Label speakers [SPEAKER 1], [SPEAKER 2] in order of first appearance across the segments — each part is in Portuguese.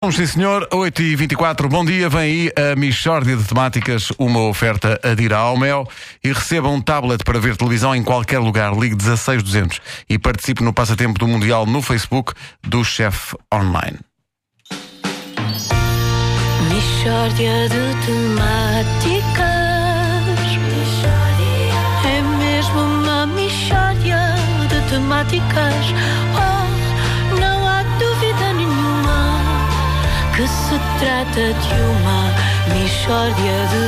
[SPEAKER 1] Bom, sim senhor, 8h24, bom dia, vem aí a Michórdia de Temáticas, uma oferta adira ao Mel e receba um tablet para ver televisão em qualquer lugar, ligue 16200 e participe no passatempo do Mundial no Facebook do Chef Online.
[SPEAKER 2] Mishória de temáticas É mesmo uma mishória de temáticas Oh, não há dúvida nenhuma Que se trata de uma mishória de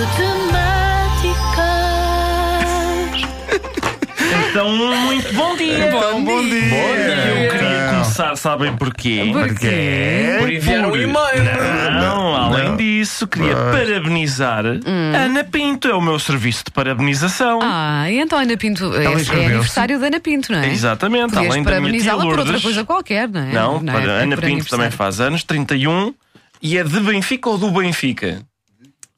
[SPEAKER 2] temáticas
[SPEAKER 3] Então, muito bom dia!
[SPEAKER 1] Então, bom dia.
[SPEAKER 3] Eu
[SPEAKER 1] Então.
[SPEAKER 3] queria
[SPEAKER 1] é
[SPEAKER 3] começar, sabem porquê?
[SPEAKER 1] Porquê?
[SPEAKER 3] Por enviar um e-mail! Não, além disso, queria parabenizar a Ana Pinto, é o meu serviço de parabenização.
[SPEAKER 4] Hum. Ah, e então a Ana Pinto. É, é
[SPEAKER 1] inscreveu-se.
[SPEAKER 4] aniversário da Ana Pinto, não é?
[SPEAKER 3] Exatamente,
[SPEAKER 4] Podias
[SPEAKER 3] além da minha tia
[SPEAKER 4] parabenizá-la por outra
[SPEAKER 3] Lourdes.
[SPEAKER 4] coisa qualquer, não é?
[SPEAKER 3] Não,
[SPEAKER 4] é?
[SPEAKER 3] para-
[SPEAKER 4] É
[SPEAKER 3] Ana
[SPEAKER 4] por
[SPEAKER 3] Pinto também
[SPEAKER 4] aniversário.
[SPEAKER 3] faz anos, 31, e é de Benfica ou do Benfica?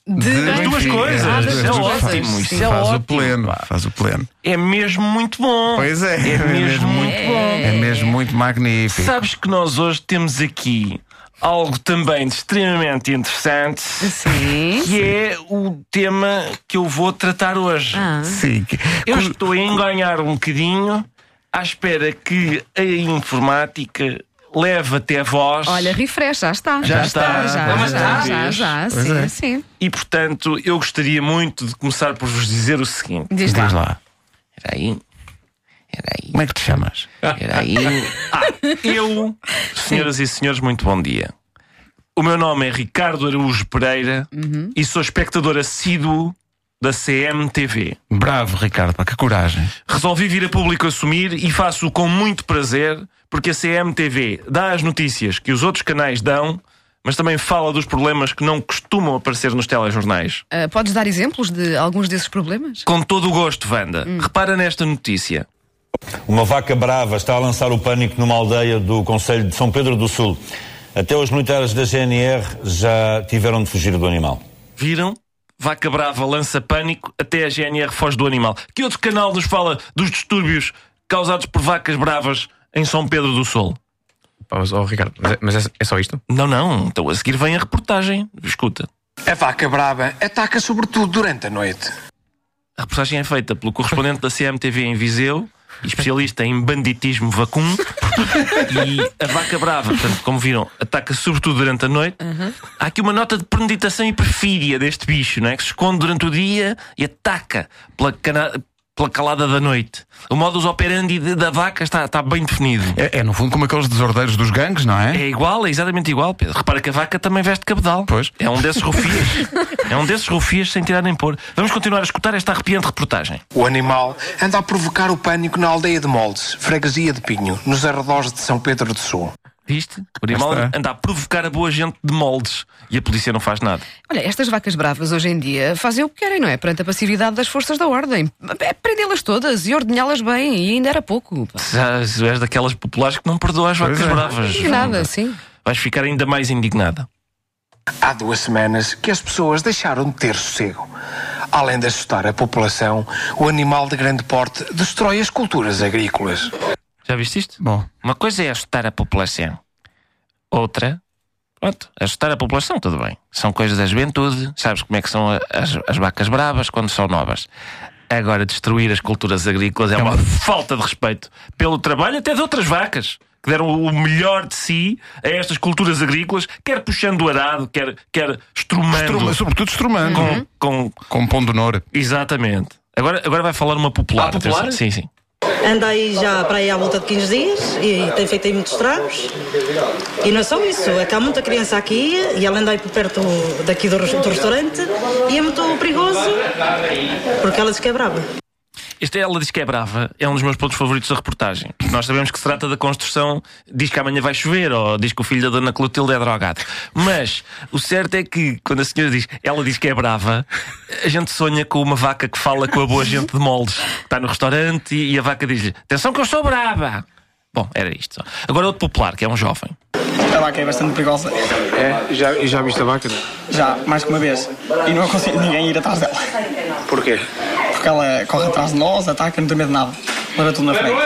[SPEAKER 4] De-
[SPEAKER 3] As duas
[SPEAKER 1] Benfica.
[SPEAKER 3] coisas,
[SPEAKER 1] As duas
[SPEAKER 3] isso é
[SPEAKER 1] coisas.
[SPEAKER 3] ótimo, isso é
[SPEAKER 1] Faz o
[SPEAKER 3] ótimo,
[SPEAKER 1] pleno,
[SPEAKER 3] pá.
[SPEAKER 1] faz o pleno.
[SPEAKER 3] É mesmo muito bom!
[SPEAKER 1] Pois é,
[SPEAKER 3] é mesmo muito bom!
[SPEAKER 1] É mesmo muito magnífico.
[SPEAKER 3] Sabes que nós hoje temos aqui algo também de extremamente interessante,
[SPEAKER 4] Sim.
[SPEAKER 3] que é o tema que eu vou tratar hoje.
[SPEAKER 4] Ah,
[SPEAKER 1] Sim. que-
[SPEAKER 3] Eu estou a enganhar um bocadinho à espera que a informática leve até vós.
[SPEAKER 4] olha, refresh, já está.
[SPEAKER 3] Já está.
[SPEAKER 4] Já,
[SPEAKER 3] Mas
[SPEAKER 4] já,
[SPEAKER 3] está.
[SPEAKER 4] já, já,
[SPEAKER 1] Pois
[SPEAKER 4] sim,
[SPEAKER 1] é.
[SPEAKER 4] sim.
[SPEAKER 3] E portanto, eu gostaria muito de começar por vos dizer o seguinte.
[SPEAKER 4] Diz
[SPEAKER 1] Diz
[SPEAKER 4] lá.
[SPEAKER 1] lá,
[SPEAKER 3] Espera aí. Espera aí.
[SPEAKER 1] como é que te chamas?
[SPEAKER 3] Espera aí. Ah, eu, senhoras e senhores, muito bom dia. O meu nome é Ricardo Araújo Pereira
[SPEAKER 4] Uhum.
[SPEAKER 3] e sou espectador assíduo da CMTV.
[SPEAKER 1] Bravo, Ricardo, pá, que coragem.
[SPEAKER 3] Resolvi vir a público assumir e faço-o com muito prazer, porque a CMTV dá as notícias que os outros canais dão, mas também fala dos problemas que não costumam aparecer nos telejornais.
[SPEAKER 4] Ah, podes dar exemplos de alguns desses problemas?
[SPEAKER 3] Com todo o gosto, Wanda. Repara nesta notícia.
[SPEAKER 5] Uma vaca brava está a lançar o pânico numa aldeia do Conselho de São Pedro do Sul. Até os militares da GNR já tiveram de fugir do animal.
[SPEAKER 3] Viram? Vaca Brava lança pânico até a GNR foge do animal. Que outro canal nos fala dos distúrbios causados por vacas bravas em São Pedro do Sul?
[SPEAKER 6] Pá, mas, oh, Ricardo, mas, é, mas é- é só isto?
[SPEAKER 3] Não, não. Então a seguir vem a reportagem. Escuta.
[SPEAKER 7] A vaca brava ataca sobretudo durante a noite.
[SPEAKER 3] A reportagem é feita pelo correspondente da CMTV em Viseu, especialista em banditismo vacuno, e a vaca brava, portanto, como viram, ataca sobretudo durante a noite. Há aqui uma nota de premeditação e perfídia deste bicho, não é? Que se esconde durante o dia e ataca pela, cana- pela calada da noite. O modus operandi de- da vaca está, está bem definido.
[SPEAKER 1] É, é, no fundo como aqueles desordeiros dos gangues, não
[SPEAKER 3] É igual, é exatamente igual, Pedro. Repara que a vaca também veste cabedal.
[SPEAKER 1] Pois.
[SPEAKER 3] É um desses rufias. é um desses rufias sem tirar nem pôr. Vamos continuar a escutar esta arrepiante reportagem.
[SPEAKER 7] O animal anda a provocar o pânico na aldeia de Moldes, freguesia de Pinho, nos arredores de São Pedro do Sul.
[SPEAKER 3] Viste? O animal
[SPEAKER 6] né?
[SPEAKER 1] Lá está.
[SPEAKER 3] anda a provocar a boa gente de moldes e a polícia não faz nada.
[SPEAKER 4] Olha, estas vacas bravas hoje em dia fazem o que querem, não é? Perante a passividade das forças da ordem. É prendê-las todas e ordenhá-las bem, e ainda era pouco. pá.
[SPEAKER 3] Já és daquelas populares que não perdoa as vacas
[SPEAKER 1] é.
[SPEAKER 3] bravas.
[SPEAKER 4] E nada, sim.
[SPEAKER 3] Vais ficar ainda mais indignada.
[SPEAKER 7] Há duas semanas que as pessoas deixaram de ter sossego. Além de assustar a população, o animal de grande porte destrói as culturas agrícolas.
[SPEAKER 3] Já viste isto?
[SPEAKER 1] Bom,
[SPEAKER 3] Uma coisa é assustar a população. Outra, pronto, assustar a população, tudo bem. São coisas da juventude, sabes como é que são a- as, as vacas bravas quando são novas. Agora, destruir as culturas agrícolas é uma falta de respeito pelo trabalho até de outras vacas. Que deram o melhor de si a estas culturas agrícolas, quer puxando o arado, quer, quer estrumando.
[SPEAKER 1] estruma- sobretudo estrumando.
[SPEAKER 3] Com, com-
[SPEAKER 1] Com um pão de honor.
[SPEAKER 3] Exatamente. Agora, agora vai falar uma popular.
[SPEAKER 7] Ah, popular?
[SPEAKER 3] atenção. Sim, sim.
[SPEAKER 8] Anda aí já para aí à volta de 15 dias e tem feito aí muitos estragos. E não é só isso, é que há muita criança aqui e ela anda aí por perto daqui do, res- do restaurante e é muito perigoso porque ela diz que é brava.
[SPEAKER 3] Este Ela Diz Que É Brava é um dos meus pontos favoritos da reportagem. Nós sabemos que se trata da construção, diz que amanhã vai chover, ou diz que o filho da Dona Clotilde é drogado. Mas o certo é que, quando a senhora diz Ela Diz Que É Brava, a gente sonha com uma vaca que fala com a boa gente de moldes, que está no restaurante e, e a vaca diz-lhe: Atenção que eu sou brava! Bom, era isto. só. Agora outro popular, que é um jovem.
[SPEAKER 9] A vaca é bastante perigosa.
[SPEAKER 7] É? Já, já viste a vaca?
[SPEAKER 9] Já, mais que uma vez. E não aconselho ninguém a ir atrás dela.
[SPEAKER 7] Porquê?
[SPEAKER 9] Porque ela corre atrás de nós, ataca, não tem medo de nada. Leva tudo na frente.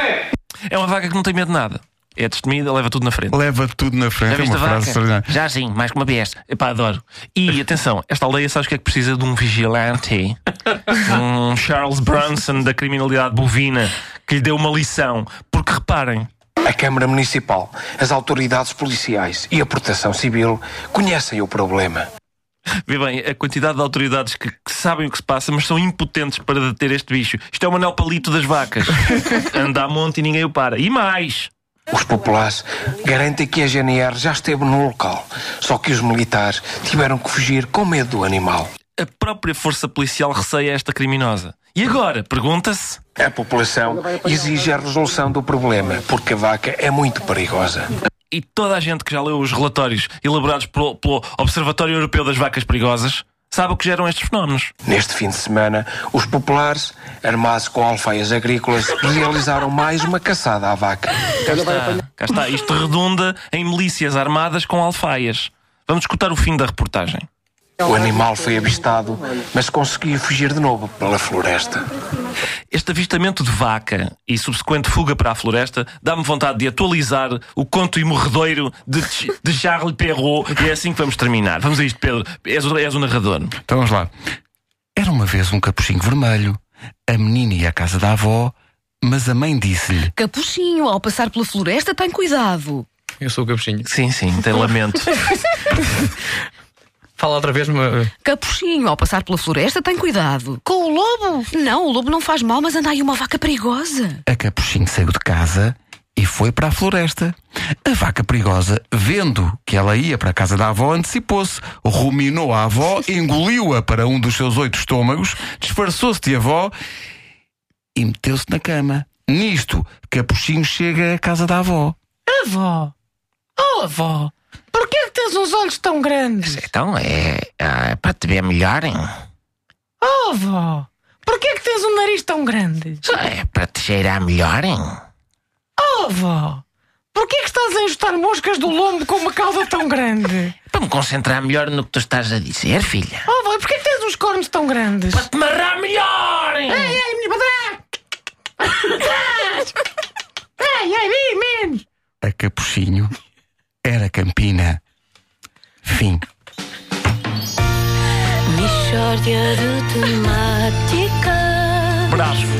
[SPEAKER 3] É uma vaca que não tem medo de nada. é destemida, leva tudo na frente.
[SPEAKER 1] Leva tudo na frente.
[SPEAKER 3] Já
[SPEAKER 1] É
[SPEAKER 3] viste
[SPEAKER 1] uma
[SPEAKER 3] a
[SPEAKER 1] frase
[SPEAKER 3] vaca?
[SPEAKER 1] extraordinária.
[SPEAKER 3] Já sim, mais que uma besta. Epá, adoro. E atenção, esta aldeia sabes o que é que precisa de um vigilante? um Charles Bronson da criminalidade bovina que lhe deu uma lição. Porque reparem,
[SPEAKER 7] A Câmara Municipal, as autoridades policiais e a proteção civil conhecem o problema.
[SPEAKER 3] vê bem, a quantidade de autoridades que, que sabem o que se passa, mas são impotentes para deter este bicho. Isto é o Manel Palito das vacas. Anda a monte e ninguém o para. E mais!
[SPEAKER 7] Os populares garantem que a GNR já esteve no local, só que os militares tiveram que fugir com medo do animal.
[SPEAKER 3] A própria força policial receia esta criminosa. E agora, pergunta-se.
[SPEAKER 7] A população exige a resolução do problema, porque a vaca é muito perigosa.
[SPEAKER 3] e toda a gente que já leu os relatórios elaborados pelo, pelo Observatório Europeu das Vacas Perigosas sabe o que geram estes fenómenos.
[SPEAKER 7] Neste fim de semana, os populares, armados com alfaias agrícolas, realizaram mais uma caçada à vaca.
[SPEAKER 3] Ah, Cá está, isto redunda em milícias armadas com alfaias. Vamos escutar o fim da reportagem.
[SPEAKER 7] O animal foi avistado, mas conseguiu fugir de novo pela floresta.
[SPEAKER 3] Este avistamento de vaca e subsequente fuga para a floresta dá-me vontade de atualizar o conto imorredoiro de, Ch- de Charles Perrault e é assim que vamos terminar. Vamos a isto, Pedro. És, o- és o narrador.
[SPEAKER 1] Então vamos lá. Era uma vez um capuchinho vermelho. A menina ia à casa da avó, mas a mãe disse-lhe:
[SPEAKER 4] Capuchinho, ao passar pela floresta, tem cuidado.
[SPEAKER 6] Eu sou o capuchinho.
[SPEAKER 3] Sim, sim, tem lamento.
[SPEAKER 6] Fala outra vez, mas.
[SPEAKER 4] Capuchinho, ao passar pela floresta, tem cuidado. Com o lobo? Não, o lobo não faz mal, mas anda aí uma vaca perigosa.
[SPEAKER 1] A capuchinho saiu de casa e foi para a floresta. A vaca perigosa, vendo que ela ia para a casa da avó, antecipou-se, ruminou a avó, engoliu-a para um dos seus oito estômagos, disfarçou-se de avó e meteu-se na cama. Nisto, capuchinho chega à casa da avó.
[SPEAKER 10] Avó! Oh, avó! Porquê é que tens uns olhos tão grandes?
[SPEAKER 3] então, é, para te ver melhor,
[SPEAKER 10] Oh, avó! Porquê é que tens um nariz tão grande?
[SPEAKER 3] é para te cheirar melhor,
[SPEAKER 10] Oh, avó! Porquê é que estás a enxotar moscas do lombo com uma cauda tão grande?
[SPEAKER 3] Para me concentrar melhor no que tu estás a dizer, filha.
[SPEAKER 10] Oh, avó, e porquê é que tens uns cornos tão grandes?
[SPEAKER 3] Te marrar melhor!
[SPEAKER 10] Ei, ei, menino, para trás! Para trás! Ei, ei, menino!
[SPEAKER 1] A capuchinho era campina. Fim.
[SPEAKER 2] Mixórdia de temáticas.
[SPEAKER 3] Bravo.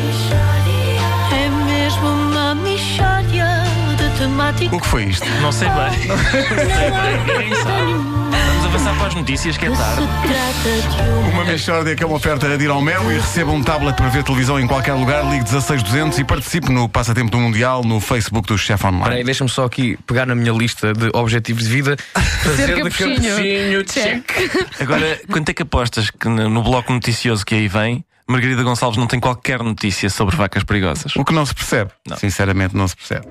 [SPEAKER 2] É mesmo uma mixórdia de temáticas.
[SPEAKER 1] O que foi isto?
[SPEAKER 3] Não sei bem. Não sei bem. Ninguém sabe. Vamos avançar para as notícias que é tarde.
[SPEAKER 2] Se trata de uma.
[SPEAKER 1] Uma Mixórdia que é uma oferta a dir ao Mel e receba um tablet para ver televisão em qualquer lugar, ligue 16200 e participe no Passatempo do Mundial no Facebook do Chef
[SPEAKER 6] Peraí,
[SPEAKER 1] Online.
[SPEAKER 6] deixa-me só aqui pegar na minha lista de objetivos de vida. Fazer de
[SPEAKER 4] capuchinho.
[SPEAKER 6] capuchinho, check.
[SPEAKER 3] Agora, quanto é que apostas que no no bloco noticioso que aí vem, Margarida Gonçalves não tem qualquer notícia sobre vacas perigosas?
[SPEAKER 1] O que não se percebe. Sinceramente, não se percebe.